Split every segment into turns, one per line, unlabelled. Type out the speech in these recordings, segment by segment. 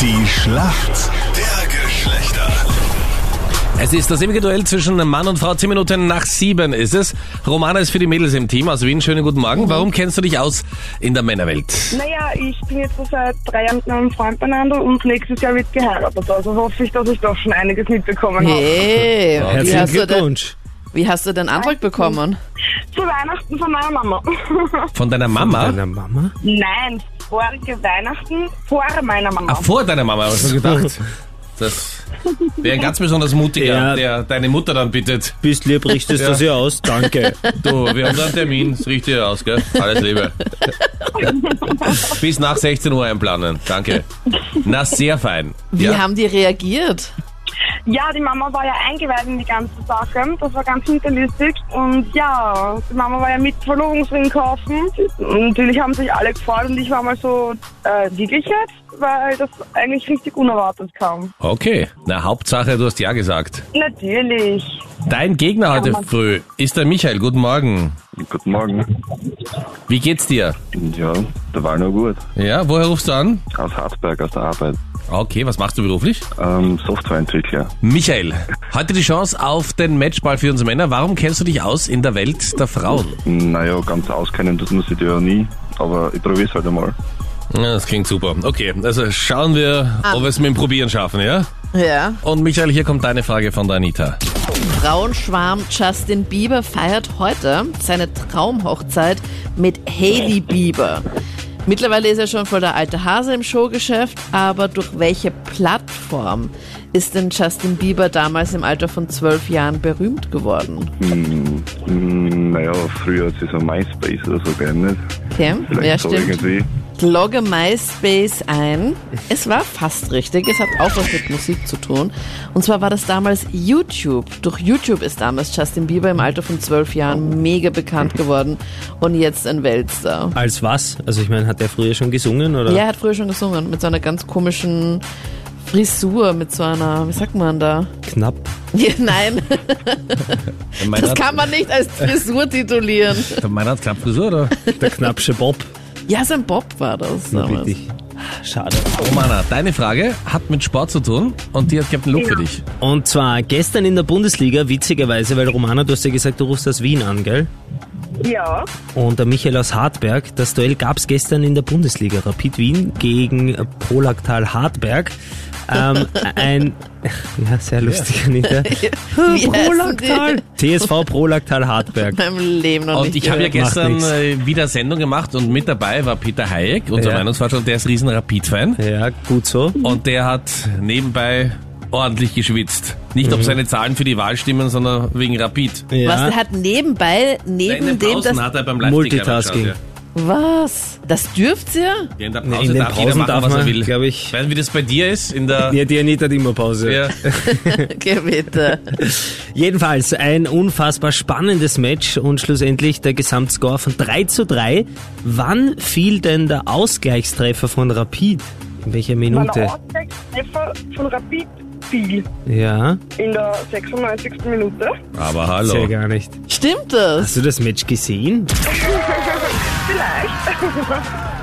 Die Schlacht der Geschlechter.
Es ist das ewige Duell zwischen Mann und Frau. Zehn Minuten nach sieben ist es. Romana ist für die Mädels im Team aus Wien. Schönen guten Morgen. Warum kennst du dich aus in der Männerwelt?
Naja, ich bin jetzt so seit drei Jahren mit meinem Freund beieinander und nächstes Jahr wird geheiratet. Also hoffe ich, dass ich doch schon einiges mitbekommen habe.
Hey, wie hast, du denn,
Glückwunsch.
wie hast du den Antwort bekommen?
Zu Weihnachten von meiner Mama.
Von deiner Mama?
Deiner Mama?
Nein, vorige Weihnachten vor meiner Mama.
Ah, vor deiner Mama hast du gedacht. Das wäre ein ganz besonders mutiger,
Ja.
der deine Mutter dann bittet.
Bist lieb, richtest das ja aus, danke.
Du, wir haben da einen Termin. Das riecht dir aus, gell? Alles Liebe. Bis nach 16 Uhr einplanen. Danke. Na, sehr fein.
Wie haben die reagiert?
Ja, die Mama war ja eingeweiht in die ganze Sache. Das war ganz hinterlistig. Und ja, die Mama war ja mit Verlobungsring kaufen. Und natürlich haben sich alle gefreut und ich war mal so, äh, wirklich jetzt? Weil das eigentlich richtig unerwartet kam.
Okay. Na, Hauptsache, du hast Ja gesagt.
Natürlich.
Dein Gegner heute früh ist der Michael. Guten Morgen.
Guten Morgen.
Wie geht's dir?
Ja, da war nur gut.
Ja, woher rufst du an?
Aus Hartberg, aus der Arbeit.
Okay, was machst du beruflich?
Ähm, Softwareentwickler.
Michael, heute die Chance auf den Matchball für uns Männer. Warum kennst du dich aus in der Welt der Frauen?
Naja, ganz auskennen, das muss ich dir ja nie. Aber ich probiere es halt einmal.
Ja, das klingt super. Okay, also schauen wir,
Ah.
ob wir es mit dem Probieren schaffen, ja?
Ja.
Und Michael, hier kommt deine Frage von der Anita.
Frauenschwarm Justin Bieber feiert heute seine Traumhochzeit mit Hailey Bieber. Mittlerweile ist er schon voll der alte Hase im Showgeschäft, aber durch welche Plattform ist denn Justin Bieber damals im Alter von zwölf Jahren berühmt geworden?
Hm, naja, früher hat es so MySpace oder so geändert.
Okay,
Vielleicht
ja
so
stimmt.
irgendwie.
Logge MySpace ein. Es war fast richtig. Es hat auch was mit Musik zu tun. Und zwar war das damals YouTube. Durch YouTube ist damals Justin Bieber im Alter von zwölf Jahren mega bekannt geworden und jetzt ein Weltstar.
Als was? Also ich meine, hat der früher schon gesungen oder?
Ja, er hat früher schon gesungen mit so einer ganz komischen Frisur, mit so einer, wie sagt man da?
Knapp.
Ja, nein, das
Meiner,
kann man nicht als Frisur titulieren.
meiner hat knapp Frisur, oder?
Der knappsche Bob.
Ja, sein Bob war das damals.
Richtig. Schade.
Romana, deine Frage hat mit Sport zu tun und die hat Captain Luke für dich.
Und zwar gestern in der Bundesliga, witzigerweise, weil Romana, du hast ja gesagt, du rufst aus Wien an, gell?
Ja.
Und der Michael aus Hartberg, das Duell gab's gestern in der Bundesliga. Rapid Wien gegen Polaktal Hartberg. Ähm, ein, ja, sehr lustig, Anita.
Wie
Prolaktal.
heißen
TSV Prolaktal
die?
Hartberg.
Beim Leben noch
Und
nicht
ich habe ja
gehört.
gestern
macht
äh, wieder Sendung gemacht und mit dabei war Peter Hayek, unser
Ja.
Meinungsforscher, und der ist riesen Rapid-Fan.
Ja, gut so.
Und der hat nebenbei ordentlich geschwitzt. Nicht
Mhm.
ob seine Zahlen für die Wahl stimmen, sondern wegen Rapid.
Ja.
Was, der hat nebenbei, neben
in den
dem, das,
Pausen hat er beim Live-Ticker
Multitasking.
geschaut,
was? Das dürft ihr?
Ja, in der
Nee,
Pause
in den
darf jeder
Pausen
machen,
darf
was er
man,
will.
glaub ich-
Weißt du, wie das bei dir ist? In der...
Ja, die Anita hat immer Pause.
Ja.
Okay, bitte.
Jedenfalls ein unfassbar spannendes Match und schlussendlich der Gesamtscore von 3 zu 3. Wann fiel denn der Ausgleichstreffer von Rapid? In welcher
Weil
Minute?
der Ausgleichstreffer von Rapid fiel
Ja,
in der 96. Minute.
Aber
sehr
hallo.
gar nicht.
Stimmt das?
Hast du das Match gesehen?
Vielleicht.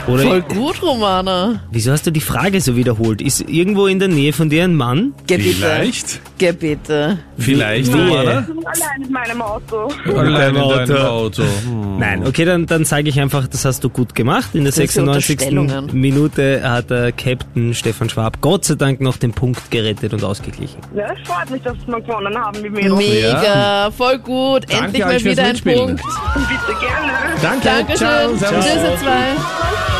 Oder
Voll gut, Romana.
wieso hast du die Frage so wiederholt? Ist irgendwo in der Nähe von dir ein Mann?
Geh bitte.
Vielleicht,
Geh bitte.
vielleicht,
Nee.
Romana?
Ich bin allein mit meinem Auto.
Allein in
Auto.
deinem Auto. Hm.
Nein, okay, dann, dann sage ich einfach, das hast du gut gemacht. In der
Solche
96.
Unterstellungen.
Minute hat der Captain Stefan Schwab Gott sei Dank noch den Punkt gerettet und ausgeglichen.
Ja, es Ne? freut mich, dass wir gewonnen haben, die Mädels.
Mega, voll gut. Endlich
euch
mal
fürs
wieder ein
Mitspielen.
Punkt.
Bitte gerne.
Dankeschön. Tschüss, ihr zwei.